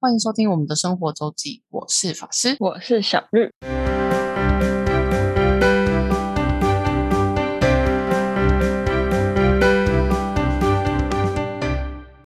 欢迎收听我们的生活周记，我是法师。我是小日。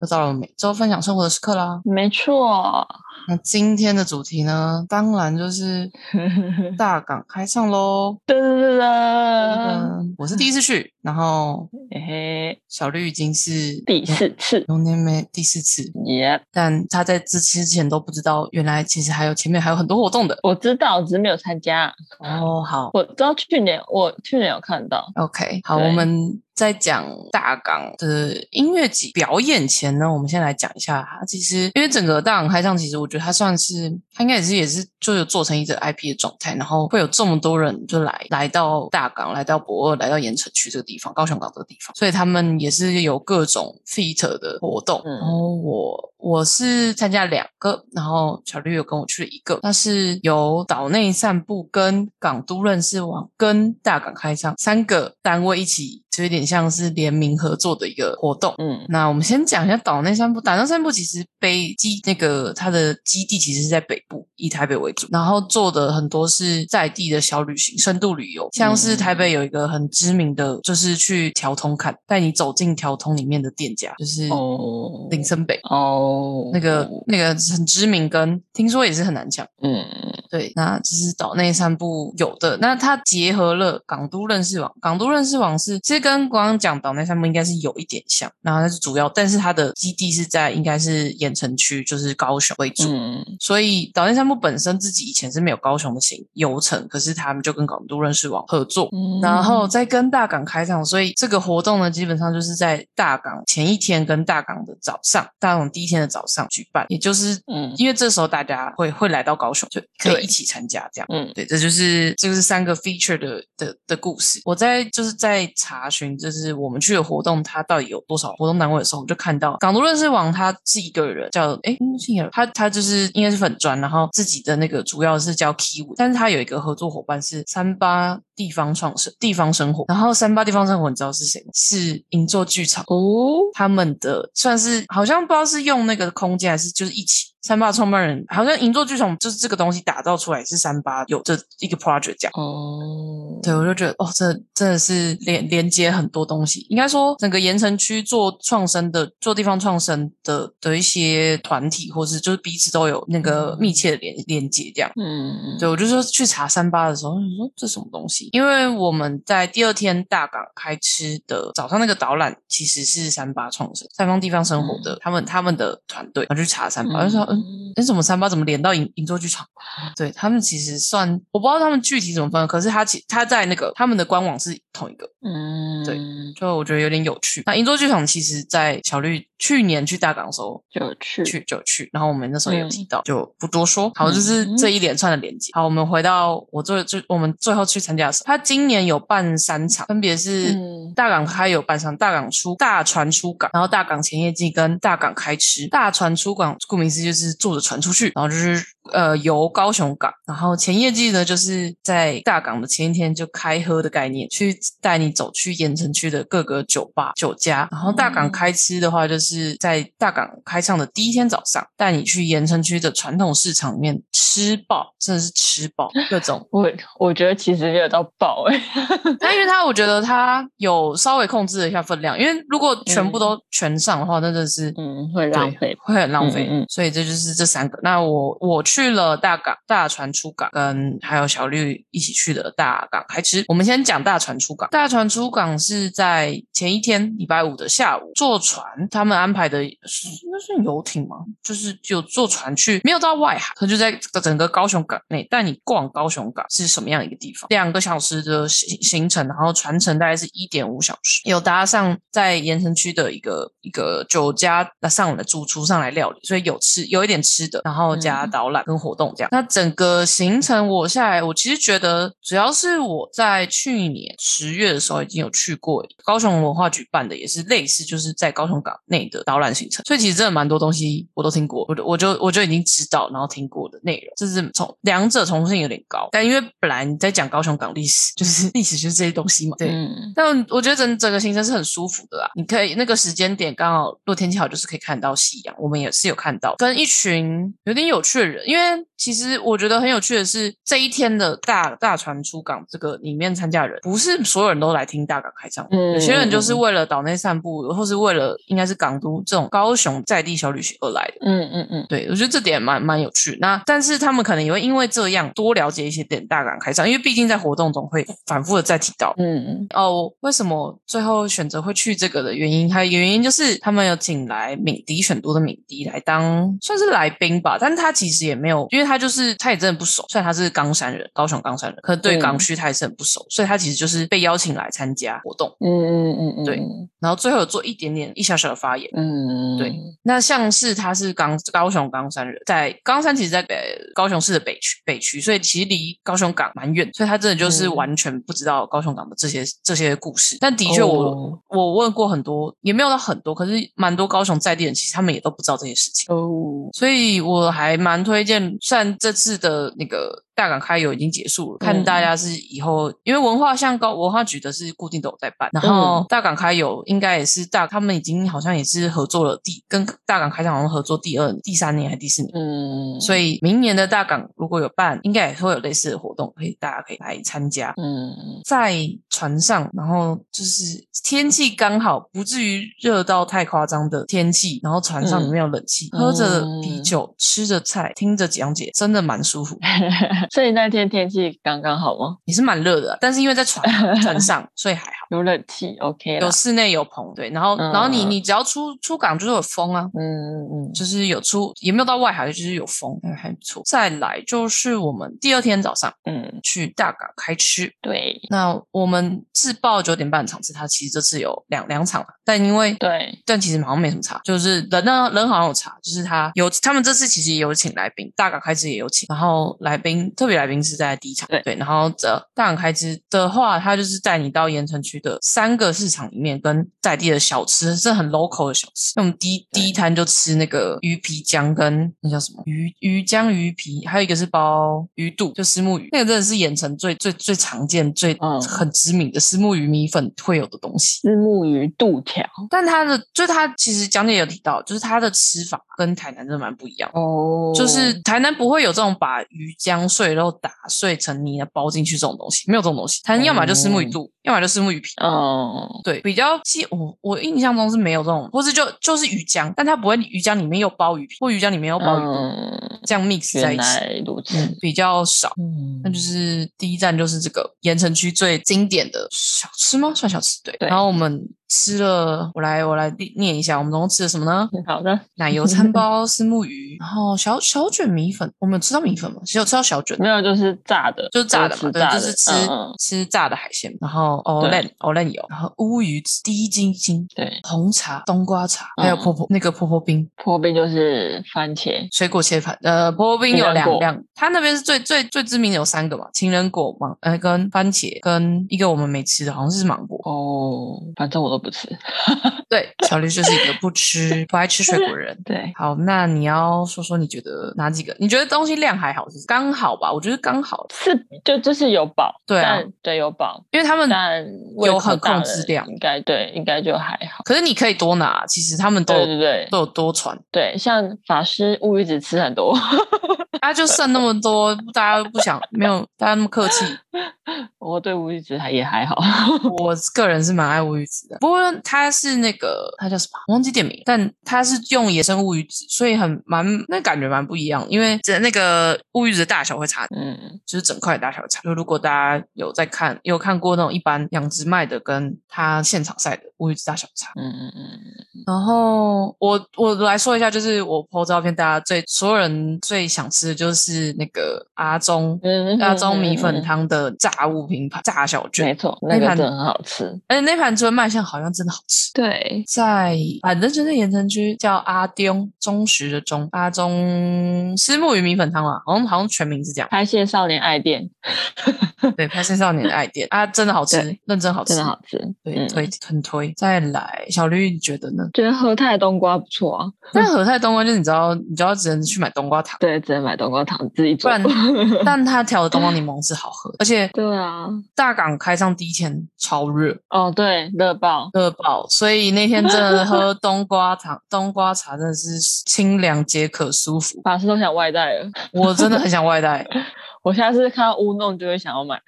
又到了我们每周分享生活的时刻啦。没错， 那今天的主题呢，当然就是噔大港开唱喽。噔噔噔，嗯，我是第一次去，然后嘿嘿，小绿已经是第四次，龙年梅第四次，耶！但他在这之前都不知道，原来其实还有前面还有很多活动的。我知道，只是没有参加。哦，好我知道去年我去年有看到， ，OK，好，对我们在讲大港的音乐节表演前呢，我们先来讲一下它。其实因为整个大港开唱，其实我觉得它算是它应该也是也是就有做成一个 IP 的状态，然后会有这么多人就来来到大港，来到博二，来到盐城区这个地方，高雄港这个地方，所以他们也是有各种 feat 的活动。嗯然后我我是参加两个，然后小绿有跟我去了一个，那是由岛内散步跟港都认识网跟大港开唱三个单位一起，就有点像是联名合作的一个活动。嗯，那我们先讲一下岛内散步。岛内散步其实北基那个它的基地其实是在北部，以台北为主，然后做的很多是在地的小旅行、深度旅游，像是台北有一个很知名的，就是去调通看，带你走进调通里面的店家，就是哦，林森北。哦，嗯那个那个很知名，跟听说也是很难抢。嗯，对，那这是岛内散步有的，那它结合了港都认识网，港都认识网是其实跟刚刚讲岛内散步应该是有一点像，然后它是主要，但是它的基地是在应该是盐城区，就是高雄为主。嗯，所以岛内散步本身自己以前是没有高雄的行游程，可是他们就跟港都认识网合作，嗯然后再跟大港开场，所以这个活动呢，基本上就是在大港前一天跟大港的早上，大港第一天的早上举办，也就是嗯因为这时候大家会会来到高雄，就可对以一起参加这样。嗯对，这就是这就是三个 feature 的的的故事。我在就是在查询，就是我们去的活动它到底有多少活动单位的时候，我就看到港都认识网，他是一个人叫哎，嗯姓什么他他就是应该是粉砖，然后自己的那个主要是叫 Key，但是他有一个合作伙伴是三八地方创生地方生活，然后三八地方生活你知道是谁吗？是银座剧场。哦，他们的算是好像不知道是用那个空间还是就是一起。三八创办人好像银座剧场就是这个东西打造出来是三八有这一个 project 这样。哦，对，我就觉得哦，这真的是连连接很多东西。应该说，整个盐城区做创生的、做地方创生的的一些团体，或是就是彼此都有那个密切的连连接这样。嗯，对，我就说去查三八的时候，我想说这什么东西？因为我们在第二天大港开吃的早上那个导览，其实是三八创生三方地方生活的、他们他们的团队，我去查三八，我就说嗯，嗯那怎么三八怎么连到银银座剧场？对他们其实算我不知道他们具体怎么分，可是他其他在那个他们的官网是同一个，嗯，对就我觉得有点有趣。那银座剧场其实，在小绿去年去大港的时候就去去就去，然后我们那时候也有嗯提到，就不多说。好，就是嗯这一连串的连接。好，我们回到我最最我们最后去参加的时候，他今年有办三场，分别是嗯大港开有办上大港出大船出港，然后大港前夜祭跟大港开吃。大船出港，顾名思义就是坐着船出去，然后就是呃游高雄港，然后前夜祭呢就是在大港的前一天就开喝的概念，去带你走去盐城区的各个酒吧酒家，然后大港嗯开吃的话，就是在大港开唱的第一天早上，带你去盐城区的传统市场里面吃爆，真的是吃爆各种我我觉得其实没有到爆哎、但因为它，我觉得它有稍微控制了一下分量，因为如果全部都全上的话，那真的是 嗯，会浪费。会很浪费。嗯嗯所以这就是这三个。那我我去了大港、大船出港，跟还有小绿一起去的大港开吃。我们先讲大船出港。大船出港是在前一天礼拜五的下午坐船，他们安排的是那是游艇吗？就是有坐船去，没有到外海，可能就在整个高雄港内，带你逛高雄港是什么样一个地方。两个小时的行行程，然后船程大概是一点五小时，有搭上在盐城区的一个呃一个酒家那上来主厨上来料理，所以有吃有一点吃的，然后加嗯导览，览跟活动这样。那整个行程我下来，我其实觉得主要是我在去年十月的时候已经有去过高雄文化局办的，也是类似就是在高雄港内的导览行程，所以其实真的蛮多东西我都听过，我就我就我就已经知道，然后听过的内容，这是从两者重复性有点高，但因为本来你在讲高雄港历史， 就是历史就是这些东西嘛，对，嗯，但我觉得整整个行程是很舒服的啦。你可以那个时间点刚好，如果天气好，就是可以看到夕阳。我们也是有看到，跟一群有点有趣的人。因为其实我觉得很有趣的是，这一天的大大船出港这个里面参加的人，不是所有人都来听大港开唱会，嗯有些人就是嗯嗯为了岛内散步，或是为了应该是港都这种高雄在地小旅行而来的。嗯嗯嗯，对，我觉得这点蛮蛮有趣。那但是他们可能也会因为这样多了解一些点大港开唱，因为毕竟在活动中会反复的再提到。嗯哦，为什么最后选择会去这个的原因，还有一个原因就是他们有请来敏迪选都的敏迪来当算是来宾吧，但他其实也没有，因为他就是他也真的不熟，虽然他是冈山人，高雄冈山人，可是对嗯港区他也是很不熟，所以他其实就是被邀请来参加活动，嗯嗯嗯嗯，对然后最后有做一点点一小小的发言。嗯，对那像是他是冈高雄冈山人，在冈山其实在北高雄市的北区北区，所以其实离高雄港蛮远，所以他真的就是嗯完全不知道高雄港的这些这些故事。但的哦确我、我问过很多，也没有到很多，可是蛮多高雄在地人，其实他们也都不知道这些事情，哦，所以我还蛮推荐。虽然这次的那个大港开游已经结束了，看嗯大家是以后，因为文化像高文化局的是固定都有在办，然嗯后大港开游应该也是大，他们已经好像也是合作了第跟大港开场好像合作第二、第三年还是第四年。嗯，所以明年的大港如果有办，应该也会有类似的活动，可以大家可以来参加。嗯在船上，然后就是天气刚好，不至于热到太夸张的天气，然后船上嗯里面有冷气，嗯喝着啤酒，吃着菜，听着讲解，真的蛮舒 服，所以那天天气刚刚好吗？也是蛮热的啊。但是因为在船船 上，所以还好，有冷气，OK 啦有室内有棚，对，然后嗯然后你你只要出出港就是有风啊。嗯嗯就是有出，也没有到外海，就是有风，那个还不错。再来就是我们第二天早上嗯嗯，去大港开吃，对那我们是报九点半的场次，它其实这次有两两场嘛，但因为对，但其实好像没什么差，就是人呢人好像有差，就是他有他们这次其实也有请来宾，大港开支也有请，然后来宾特别来宾是在第一场对然后这大港开支的话，他就是带你到盐城区的三个市场里面，跟在地的小吃是很 local 的小吃，那我们第一对第一摊就吃那个鱼皮浆跟那叫什么鱼鱼浆鱼皮，还有一个是包鱼肚，就石目鱼，那个真的是盐城最最最常见最、嗯很知名的石目鱼米粉会有的东西。是木鱼肚条但它的就是它其实讲解有提到，就是它的吃法跟台南真的蛮不一样。哦就是台南不会有这种把鱼浆碎肉打碎成泥的啊包进去这种东西，没有这种东西。台南要么就是木鱼肚，要么就是木鱼皮。哦，对，比较记我我印象中是没有这种，或是就就是鱼浆，但它不会鱼浆里面又包鱼皮，或鱼浆里面又包鱼肚，嗯，这样 mix 在原一起，来如此，嗯，比较少。嗯，那就是第一站就是这个盐城区最经典的小吃吗？算小吃对。对然后我们吃了，我来我来念一下，我们总共吃了什么呢？好的，奶油餐包、丝木鱼，然后小小卷米粉。我们有吃到米粉吗？其实有吃到小卷，没有就是炸的，就是炸的嘛，吃对，炸就的，是吃嗯嗯吃炸的海鲜。然后 o 对 l e n o l e n 有，然后乌鱼子、低筋筋、对，红茶、冬瓜茶，还有嗯婆婆那个婆婆冰。破冰就是番茄，水果切盘，呃，婆婆冰有情人两果两，它那边是最最最知名的有三个嘛，情人果、芒呃跟番茄，跟一个我们没吃的，好像是芒果。哦，反正我都不吃，对，小绿就是一个不吃不爱吃水果的人。 对，好，那你要说说你觉得哪几个？你觉得东西量还好，就是刚好吧？我觉得刚好，是就就是有饱，对啊但对有饱，因为他们，但胃有口很大控制了量应该对，应该就还好，可是你可以多拿，其实他们都有对对对都有多传，对，像法师乌鱼子吃很多， 啊，就剩那么多，大家不想没有大家那么客气。我对乌鱼子还也还好， 我个人是蛮爱乌鱼子的，不过它是那个它叫什么，我忘记店名，但它是用野生乌鱼子，所以很蛮那感觉蛮不一样，因为这那个乌鱼子的大小会差，嗯，就是整块的大小会差。就如果大家有在看有看过那种一般养殖卖的跟它现场晒的乌鱼子大小肠。嗯嗯嗯，然后我我来说一下，就是我 po 照片，大家最所有人最想吃的就是那个阿中嗯，阿中米粉嗯，汤的炸物品牌炸小嗯卷没，错，那那个盘真的很好吃。而且那盘猪的卖相好像真的好吃。对，在反正就是盐城区叫阿中中石的中阿中虱目鱼米粉汤啦，好像好像全名是这 样。拍蟹少年爱店对，拍摄少年的爱店啊，真的好吃对，认真好吃，真的好吃，对，嗯推很推。再来，小绿你觉得呢？ 觉得和泰冬瓜不错啊。但和泰冬瓜就是你知道，你就要只能去买冬 瓜糖，对，只能买冬瓜糖自己不做。然但他调的冬瓜柠檬是好喝，而且 对啊，大港开上第一天超热，哦对，热爆，热爆，所以那天真的喝冬瓜糖、冬瓜茶真的是清凉解渴、舒服。法师都想外带了。我真的很想外带。我下次看到乌弄就会想要买。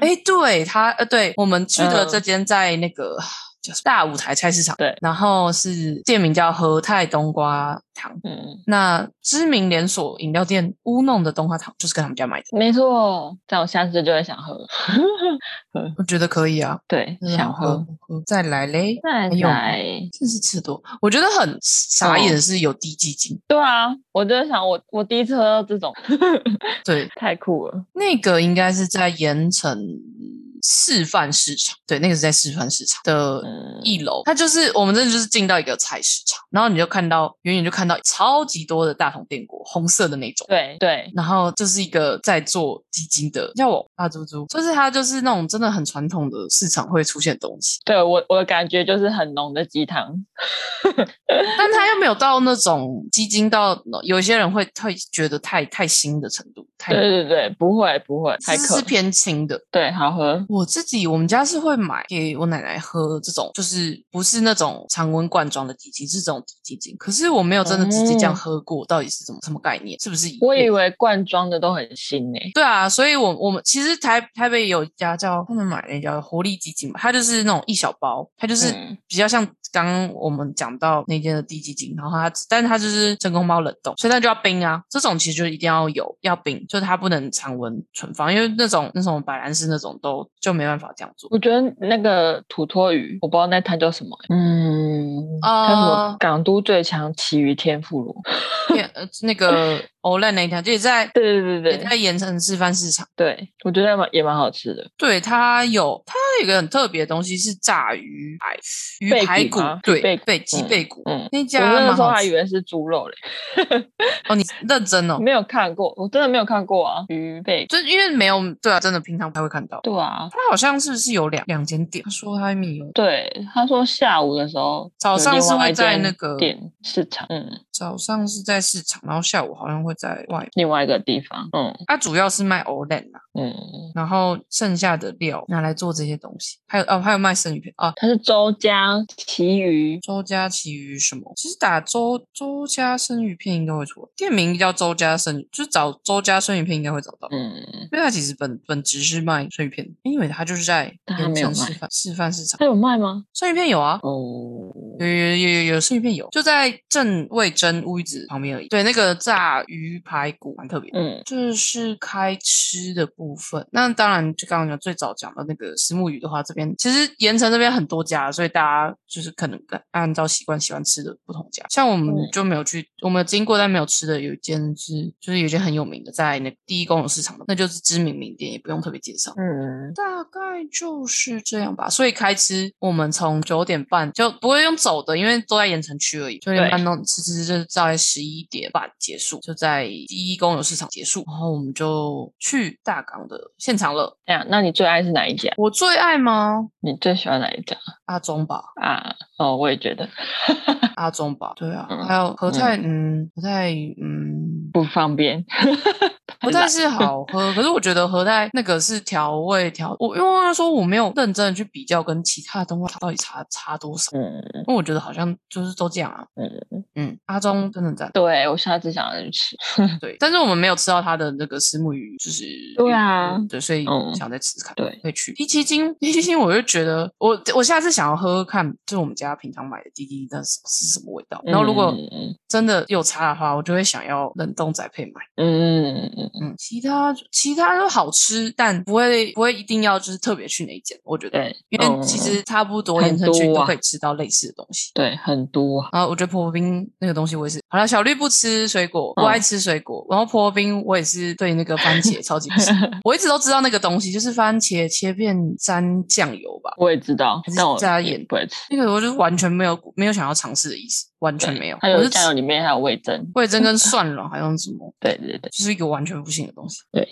哎，对他，呃，对我们去的嗯这间在那个叫什么大舞台菜市场，对然后是店名叫和泰冬瓜糖。嗯，那知名连锁饮料店乌弄的冬瓜糖就是跟他们家买的，没错，这样我下次就会想喝。 我觉得可以啊，对，真的想好喝。。好再来嘞，再还有吗来，真是吃多，我觉得很哦傻眼，是有低基金。对啊，我就在想我我第一次喝到这种， 对，太酷了。那个应该是在盐城示范市场，对，那个是在示范市场的嗯，一楼，它就是我们这就是进到一个菜市场，然后你就看到远远就看到超级多的大桶电锅，红色的那种。对对，然后就是一个在做基金的，叫我大猪猪，就是它就是那种真的很传统的市场会出现的东西，对我我的感觉就是很浓的鸡汤，但它又没有到那种基金到有些人会会觉得太太腥的程度，太对对对，不会不会，太是渴是，偏轻的。对，好喝，我自己我们家是会买给我奶奶喝这种，就是不是那种常温罐装的鸡精，是这种鸡精。可是我没有真的自己这样哦喝过，到底是怎么什么概念？是不是一样？我以为罐装的都很腥诶、对啊，所以我我们其实台台北有一家叫他们买了一家活力鸡精嘛，它就是那种一小包，它就是嗯比较像刚刚我们讲到那间的低鸡精，然后它但是它就是真空包冷冻，所以那就要冰啊。这种其实就一定要有要冰，就是它不能常温存放，因为那种那种百兰氏那种都就没办法这样做。我觉得那个土托鱼，我不知道那摊叫什么欸、嗯，啊叫什么港都最强奇鱼天妇罗。 店呃那个 OLAN 那一条，就也在对对对也对在盐城示范市场。对，我觉得蛮也蛮好吃的。对，它有它有一个很特别的东西是炸鱼排鱼背骨排骨吗，对背背鸡嗯背骨。嗯，我那家那蛮时候好还以吃为是猪肉嘞，哦，你认真哦，没有看过，我真的没有看过啊。鱼贝，就因为没有对啊，真的平常不太会看到。对啊，它好像是不是有两两间店？他说他米有对，他说下午的时候，早上是会在那个店市场，嗯，早上是在市场，然后下午好像会在外面。另外一个地方，嗯它主要是卖 OLAN 啊，嗯，然后剩下的料拿来做这些东西，还有哦，还有卖生鱼片啊，它是周家奇鱼，周家其余什么？其实打周周家生鱼片应该会出来，店名叫周家生鱼，就是找周家生鱼片应该会找到，嗯，因为它其实本本质是卖生鱼片的，因为它就是在但它盐没有城示卖范示范市场它有卖吗？生鱼片有啊，哦，有有有有有生鱼片有，就在正味珍乌鱼子旁边而已。对，那个炸鱼排骨蛮特别的。嗯，这是开吃的部分，那当然就刚刚讲最早讲的那个石目鱼的话，这边其实盐城这边很多家，所以大家就是可能按按照习惯喜欢吃的不同家。像我们嗯就没有去，我们有经过但没有吃的有一间是就是有一间很有名的，在那个第一公有市场的，那就是知名名店，也不用特别介绍。嗯，大概就是这样吧。所以开吃，我们从九点半就不会用走的，因为都在盐城区而已。九点半弄吃吃吃，就是大概十一点半结束，就在第一公有市场结束，然后我们就去大港的现场了。哎呀，那你最爱是哪一家？我最爱吗？你最喜欢哪一家阿中吧，啊？哦，我也觉得阿中吧，对啊，嗯还有和泰，嗯，和泰，嗯。不方便， 和泰是好喝，可是我觉得和泰那个是调味调，我因为他说我没有认真的去比较跟其他的东西到底差差多少，嗯，因为我觉得好像就是都这样啊。嗯嗯，嗯，阿中真的赞对我下次想要去吃，对，但是我们没有吃到他的那个石目鱼，就是对啊嗯对，所以嗯想再吃吃看。对，会去低基金，低基金，我就觉得我我下次想要喝喝看，就是我们家平常买的低基金，那是是什么味道？然后如果嗯真的有差的话，我就会想要冷冻宅配买。嗯嗯嗯嗯嗯嗯，嗯，其他其他都好吃，但不会不会一定要就是特别去哪一间，我觉得，对，嗯因为其实差不多很延伸去多都啊可以吃到类似的东西。对很多啊，然后我觉得婆婆冰那个东西我也是，好了，小绿不吃水果，不嗯爱吃水果，然后婆婆冰我也是对那个番茄超级不行， 我一直都知道那个东西就是番茄切片沾酱油吧，我也知道还，是但我加也盐不会吃。那个我就完全没有没有想要尝试的意思，完全没有，还我有是酱油里面还有味增，味增跟蒜蓉好像什么，对对对就是一个完全不行的东西。 对，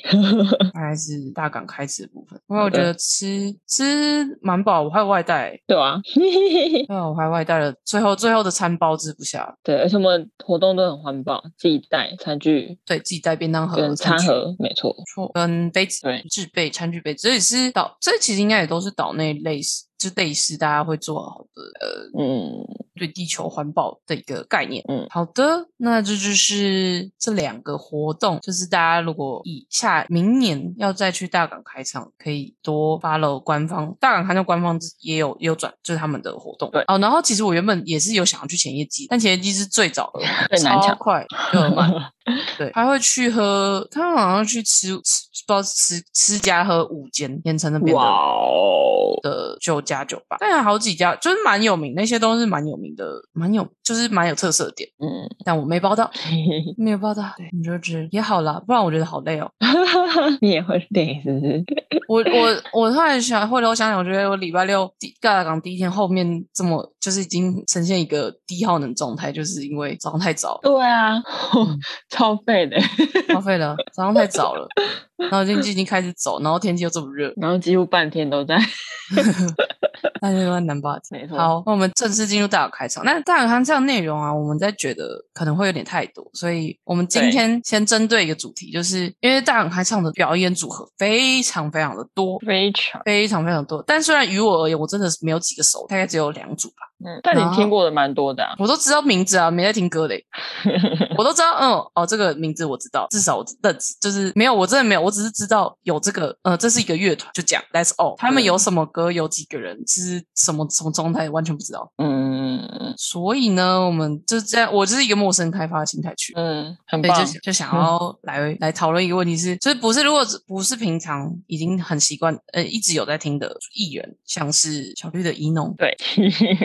大概是大港开吃的部分，因为好我觉的得吃吃蛮饱，我还有外带，对啊， 对啊，我还外带了，最后最后的餐包吃不下，对，而且我们活动都很环保，自己带餐具对自己带便当盒、跟餐具盒，没错，错跟杯子、对制备餐具、杯子，这也是岛，这其实应该也都是岛内类似，就类似大家会做好的呃嗯，对地球环保的一个概念。嗯好的，那这就是这两个活动，就是大家如果以下明年要再去大港开场，可以多 follow 官方大港开唱官方也有也有转，就是他们的活动。对哦，然后其实我原本也是有想要去前夜祭，但前夜祭是最早 的，最难超抢快就 有满。嗯对，他会去喝，他好像去吃吃不知道是吃吃家喝五间盐城那边哇的哦，的酒家酒吧，但有好几家就是蛮有名，那些都是蛮有名的，蛮有就是蛮有特色的店， 嗯， 但我没包到，没有包到，对，你就知也好啦，不然我觉得好累哦。你也会累是不是？我我我突然想，回头想想，我觉得我礼拜六第盖亚港第一天后面这么就是已经呈现一个低耗能状态，就是因为早上太早了，对啊， 超废的，荒废了，早上太早了，然后就已经开始走，然后天气又这么热，然后几乎半天都 在，大家都在南霸没错，好，那我们正式进入大考开场。那大考开场内容啊，我们在觉得可能会有点太多，所以我们今对天先针对一个主题，就是因为大考开唱的表演组合非常非常的多。非常，非常非常多，但虽然于我而言，我真的是没有几个熟，大概只有两组吧。嗯，但你听过的蛮多的啊，我都知道名字啊，没在听歌嘞，我都知道，嗯，哦，这个名字我知道，至少我认识，就是没有，我真的没有，我只是知道有这个，呃，这是一个乐团，就讲，That's all。他们嗯有什么歌，有几个人，是什么什么状态，完全不知道。嗯所以呢，我们就这样，我就是一个陌生开发的心态去，嗯，很对，棒嗯就，想就想要来、来讨论一个问题是，就是不是如果不是平常已经很习惯，呃，一直有在听的艺人，像是小绿的怡农。 对，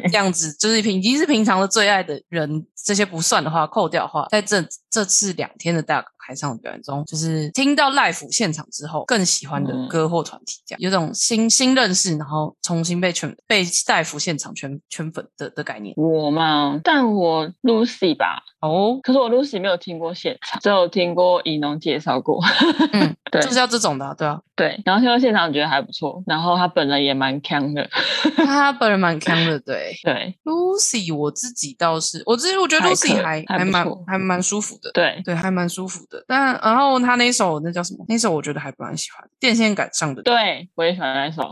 这样子就是平已经是平常的最爱的人，这些不算的话，扣掉的话，在这这次两天的大港开唱表演中，就是听到 live 现场之后，更喜欢的嗯歌或团体，这样、有种新新认识，然后重新被圈被 live 现场圈圈粉的的概念我嘛，但我 Lucy 吧，哦。可是我 Lucy 没有听过现场，只有听过以农介绍过。嗯， 对就是要这种的啊、对啊。对，然后听到现场觉得还不错，然后他本人也蛮强的。他本人蛮强的，对。对 Lucy，我自己倒是，我自己我觉得还 Lucy 可以还还还不蛮错嗯还蛮舒服的，对对，还蛮舒服的。但然后他那首那叫什么？那首我觉得还蛮喜欢，电线杆上的。对，我也喜欢那首。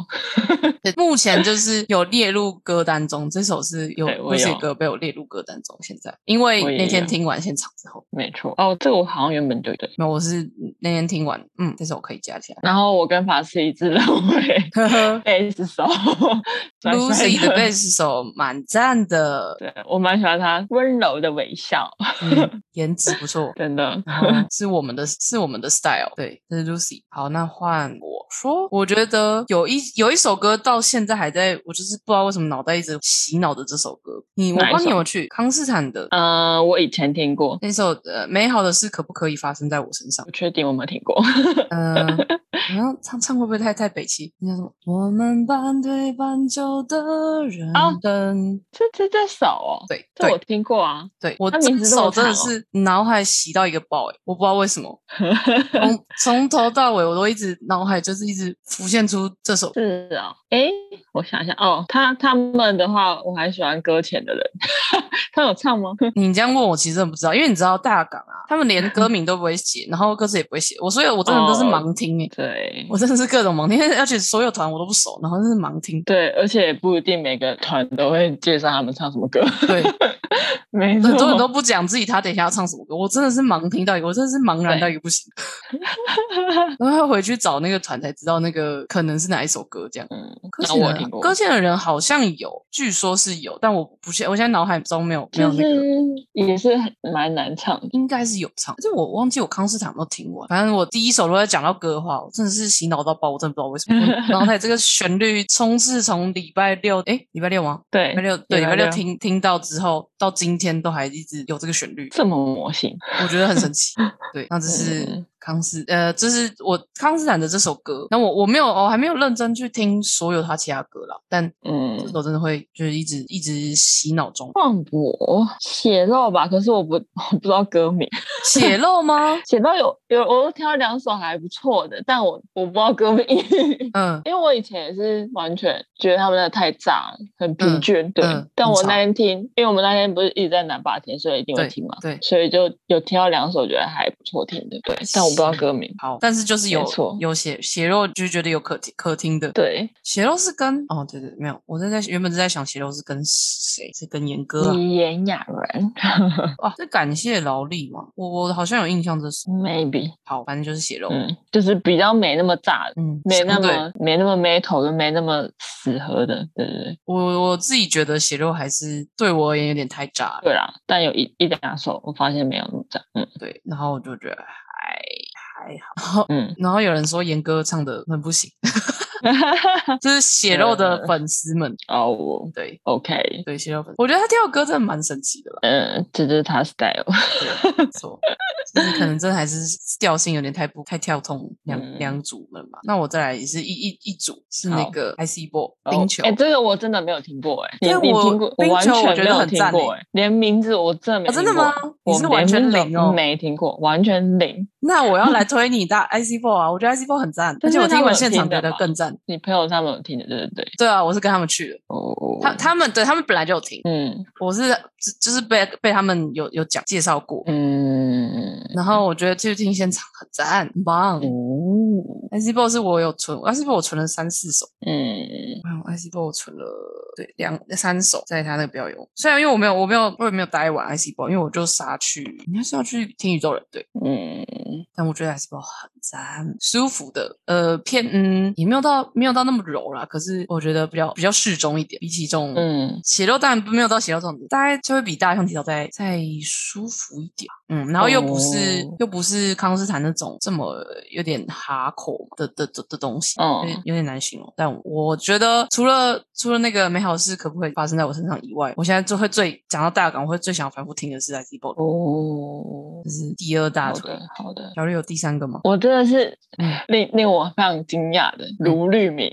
对，目前就是有列入歌单中，这首是有对我 Lucy 有歌被我列入歌单中。现在因为我也那天有听完现场之后，没错，哦，这个我好像原本就对。没有，我是那天听完，嗯，这首可以加起来。 然后我跟法师一致认为贝 斯手帅帅 Lucy 的贝斯手蛮赞 的，对我蛮喜欢他温柔的微笑，嗯，颜值不错，真的。然后 是我们的，是我们的 style。对，这是 Lucy。好，那换我说，我觉得有一有一首歌到现在还在，我就是不知道为什么脑袋一直洗脑的这首歌。你我哪一帮你有首没有去康斯坦的嗯，我以前听过，那首呃美好的事可不可以发生在我身 上？不确定我有没有听过。嗯、好像唱唱会不会太太北齐？那叫什么？我们半推半就的人哦等。这这这首哦，对这我对听过啊。对，我它这名字这么首真的长哦是脑海洗到一个爆、欸，我不知道为什 么。从从头到尾，我都一直脑海就是一直浮现出这首。是啊、哦，诶，我想想哦，他他们的话，我还喜欢搁浅的人， 他有唱吗？你这样问我，其实真的不知道，因为你知道大港啊，他们连歌名都不会写，然后歌词也不会写，我所以我真的都是哦盲听诶、对我真的是各种盲听，而且所有团我都不熟，然后真是盲听。对，而且不一定每个团都会介绍他们唱什么歌， 对，没错， 很多人都不讲自己他等一下要唱什么歌，我真的是盲听到一个，我真的是茫然到一个不行。 然后回去找那个团才知道那个可能是哪一首歌这样。嗯，搁那浅我的听人过，搁浅的人好像有，据说是有，但我不现，我现在脑海中没有没有就那个。是也是很蛮难唱的。应该是有唱，就我忘记我康斯坦有没有听完。反正我第一首如果要讲到歌的话，我真的是洗脑到爆，我真的不知道为什么。我脑海这个旋律冲刺从礼拜六，诶，礼拜六吗？对礼拜，六对，礼礼拜拜六六听听到之后，到今天都还一直有这个旋律，这么魔性，我觉得很神奇。对，那这是嗯康斯呃，这是我康斯坦的这首歌。那我我没有我还没有认真去听所有他其他歌啦，但这嗯，首真的会就是一直一直洗脑中。放博血肉吧，可是我不 我不知道歌名。血肉吗？写到有有，我有挑了两首还不错的，但我我不知道歌名，嗯，因为我以前也是完全觉得他们那太炸了，很疲嗯倦，对。嗯但很我吵那天听，因为我们那天不是一直在南霸天，所以一定会对听嘛，对。所以就有挑两首觉得还不错听的，对。但我不知道歌名，好，但是就是有没错有血血肉，就是觉得有可听可听的。对，血肉是跟哦，对对，没有，我正在原本是在想血肉是跟谁？是跟严哥啊？李炎雅然哇，是感谢劳力嘛？我我好像有印象这是。 ，maybe，好，反正就是血肉。嗯，就是比较没那么炸的。嗯，没啊那相对么没那么 metal 跟没那么死核的，对对对，我我自己觉得血肉还是对我而言有点太炸了，对啦。但有一一两首我发现没有那么炸，嗯对，然后我就觉得还还好。嗯，然后有人说严哥唱的很不 行，就是血肉嗯的粉丝们，哦对，OK，对血肉粉，我觉得他跳的歌真的蛮神奇的啦，嗯，这就是他 style，对，没错，就是可能真的还是调性有点太不太跳通两、嗯两组了嘛。那我再来也是一一一组是那好个 IC Ball 冰球，啊哎、这个我真的没有听过、哎，你因为你我听过？冰球完全没我觉得有很听赞过、哎哎，连名字我真的没哦听过、真的吗你我是完全连名零字哦没听过，完全零。那我要来推你大 IC Ball 啊，我觉得 IC Ball 很 赞，而但且是我他听们完有现场听的觉得吧更赞。你朋友他们有听的，对对对，对啊，我是跟他们去的，哦，他他们对他们本来就有听，嗯我是就就是被被他们有有讲介绍过，嗯然后我觉得去听现场很赞，很棒。哦 IC Ball 是我有存，IC Ball 我存了三四首，嗯，嗯，IC Ball 我存了对两三首，在他那个表演，虽然因为我没有我没有我也没有待完 IC Ball，因为我就杀去应该是要去听宇宙人对，嗯，但我觉得 IC Ball 很赞，舒服的，呃偏嗯也没有到没有到那么柔啦，可是我觉得比较比较适中一点，比起这种嗯，血肉当然没有到血肉这种，大概就会比大象体操再再舒服一点。嗯，然后又不是、哦又不是康斯坦那种这么有点哈口的的的的东西，嗯有点有点难形容。但我觉得除了除了那个美好的事可不可以发生在我身上以外，我现在就会最讲到大港，我会最想反复听的是 IC b o 哦这，是第二大好腿。的好的，小绿有第三个 吗？我真的是嗯令令我非常惊讶的卢律明。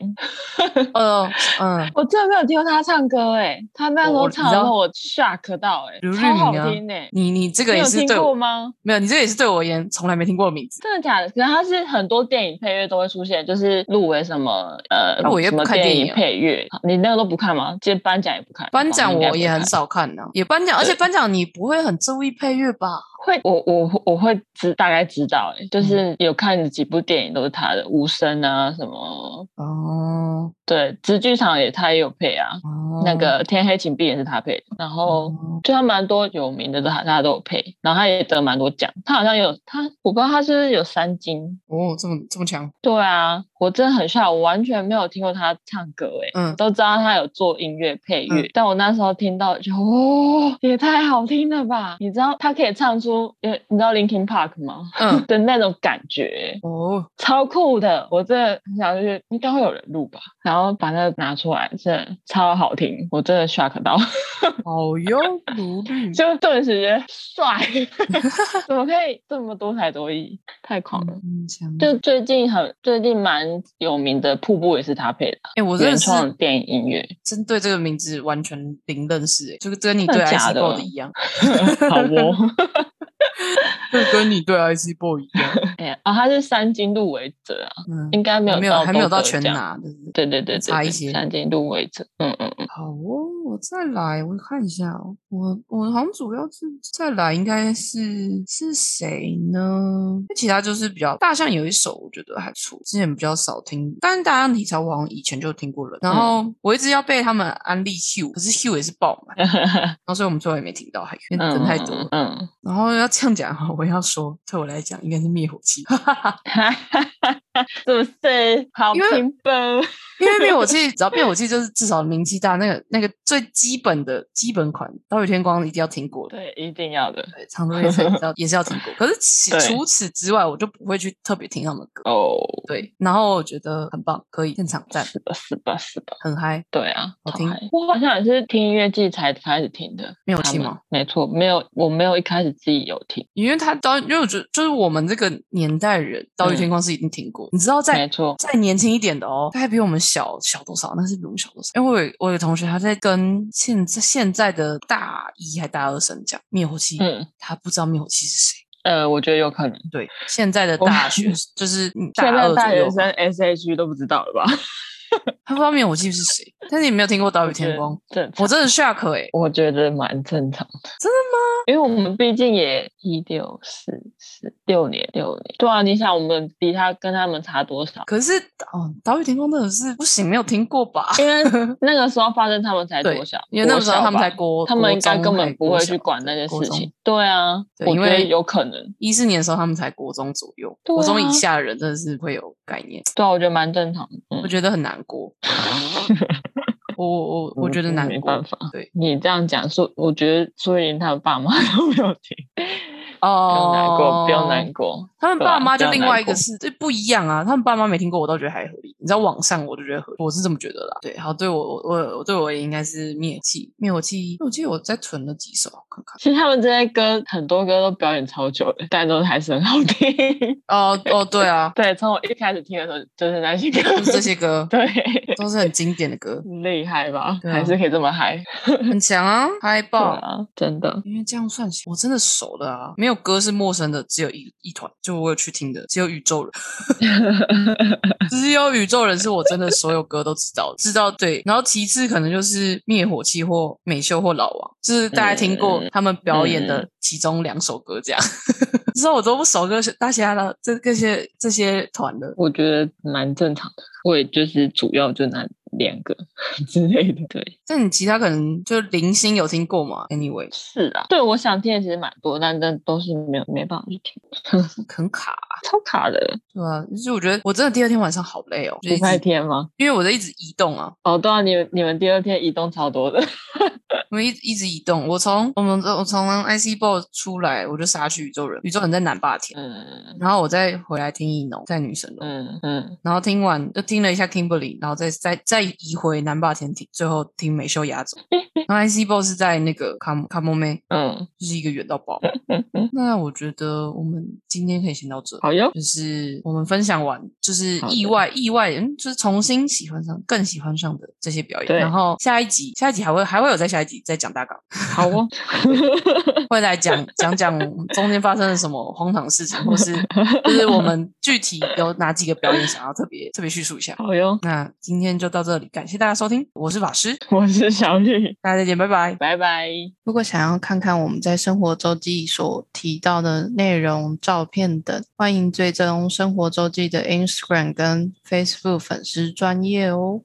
呃嗯，我真的没有听过他唱歌哎、他那时我我候你唱的知道时候我 shock 到哎、卢律超好明啊听哎、你你这个你也有是听对过我吗？没有，你这个也是对我而言从来没听过的名字。真的假的？可是他是很多电影配乐都会出现，就是入围什么呃，那我也什不么看电电影影啊配乐，你那个都不看吗？今天颁奖也不看，颁奖哦你应该我不也很看少看呢、也颁奖，而且对颁奖你不会很注意配乐吧？会，我我我会知大概知道哎、嗯就是有看几部电影都是他的，无声啊什么，哦，对，直剧场也他也有配啊，哦那个天黑请闭眼是他配的，然后。哦就他蛮多有名的，都他他都有配，然后他也得蛮多奖。他好像有他，我不知道他是不是有三金。哦，这么这么强，对啊，我真的很吓，我完全没有听过他唱歌诶、嗯都知道他有做音乐配乐，嗯但我那时候听到就哦，也太好听了吧！你知道他可以唱出，因为你知道 Linkin Park 吗？嗯，的那种感觉欸、 哦，超酷的！我真的很想去，应该会有人录吧，然后把那个拿出来，真的超好听，我真的 shock 到。 好哟，卢律，就顿时觉得帅， 怎么可以这么多才多艺？太狂了！嗯，强，就最近很最近蛮有名的《瀑布》也是他配的，哎，我真原的是创电影音乐， 针对这个名字完全零认识，哎，就跟你真对的 IC 假的 Boy 的一样，好哦。就跟你对 IC Boy 一样， 哎呀，啊，他是三金入围者啊，嗯，应该没有还没有到还没有到都得全奖。拿，就是对对对对，差一对些三金入围者，嗯嗯嗯，好哦，我再来，我看一下哦，我我好像主要是再来应该是是谁呢？那其他就是比较大象有一首我觉得还不错，之前比较少听，但是大象体操我好像以前就听过嗯了，然后我一直要被他们安利 Hugh，可是 Hugh 也是爆 满，然后所以我们最后也没听到，还因为人太多了。嗯，然后要这样讲哈，我要说对我来讲应该是灭火器，哈哈哈哈，是不是好因为评分？因为灭火器，只要灭火器就是至少名气大，那个那个最基本的基本款，岛屿天光一定要听过的。对，一定要的对，长途列车也 是要也是要听过。可是其对除此之外，我就不会去特别听他们的歌。哦。对，然后我觉得很棒，可以现场赞，是吧？是吧？是吧？很嗨，对啊，好超听嗨我好像也是听音乐季才开始听的。没有他气们吗？？没错，没有，我没有一开始自己有听。因为他导，因为我觉得就是我们这个年代人，《岛屿天光》是一定听过。你知道在嗯没错，再年轻一点的哦，大概比我们小小多少？那是比我们小多少？因为我有我有同学，他在跟现在现在的大一还大二生讲灭火器，嗯，他不知道灭火器是谁。呃，我觉得有可能。对，现在的我大学就是嗯大 现二在左大右学吧生 S H 都不知道了吧？ 他不知道灭火器是谁，但是你没有听过《岛屿天光》，正常我真的 shock 哎、我觉得蛮正常的。真的吗？ 因为我们毕竟也一六四四六年六年，对啊，你想我们比他跟他们差多少？可是哦，《岛屿天光》真的是不行，没有听过吧？因为那个时候发生他们才对多小，，因为那个时候国小他们才吧国，他们应国该中根本还不国会小去管那件国事中情。对啊，对我因觉得为有可能。一四年的时候，他们才国中左右，对国中以啊下的人真的是会有概念，对啊，我觉得蛮正常的。嗯我觉得很难 过。我我我我觉得嗯难没过办法。对你这样讲，说我觉得苏云他们爸妈 都没有听，不用哦，难过，不用难。过。他们对爸啊妈不就要另难外一个过是，这不一样啊。他们爸妈没听过，我倒觉得还合理。你知道网上我就觉得合理，我是这么觉得啦。对，好，对我我我我对我也应该是灭火器，灭火器，灭火器我再囤了几首，看看。其实他们这些歌很多歌都表演超久的，但都还是很好听。，哦哦，对啊对，从我一开始听的时候就是那些歌，就是这些歌 对，都是很经典的歌，厉害吧？对啊还是可以这么嗨，很强啊，嗨对爆！啊，真的。因为这样算起来，我真的熟的啊，没有歌是陌生的，只有一一团，就我有去听的，只有宇宙 人，只有宇宙人是我真的所有歌都知道，知道对，然后其次可能就是灭火器或美秀或老王，就是大家听过嗯他们表演的其中两首歌这样， 之后我都不熟歌，大家的啊这这些这些团了。我觉得蛮正常的，我也就是主要就那两个 之类的。对，但你其他可能就零星有听过嘛？Anyway，是啊，对我想听的其实蛮多，但但都是没有没办法去听，很卡、超卡的。对啊，就是我觉得我真的第二天晚上好累哦，就一礼拜直天吗？因为我在一直移动啊，哦，对啊，你们你们第二天移动超多的， 我们一一直移动。我从我们我从 IC Ball 出来，我就杀去宇宙人，宇宙人在南霸天，嗯然后我再回来听艺农，在女神楼，嗯嗯，然后听完就听了一下 Kimberly，然后再再再移回南霸天听，最后听美秀雅总。然后 IC Ball 是在那个卡卡莫妹，嗯就是一个远到爆。嗯嗯，那我觉得我们今天可以先到这。好哟，就是我们分享完，就是好的意外意外，嗯，就是重新喜欢上、更喜欢上的这些表演。对然后下一集，下一集还会还会有在下一集再讲大纲，好哦， 会来讲讲讲中间发生了什么荒唐事情，或 是就是我们具体有哪几个表演想要特别特别叙述一下。好哟，那今天就到这里，感谢大家收听，我是法师，我是小绿，大家再见，拜拜。拜拜。如果想要看看我们在生活周记所提到的内容、照片等，欢迎追踪生活周记的 Instagram 跟 Facebook 粉丝专业哦。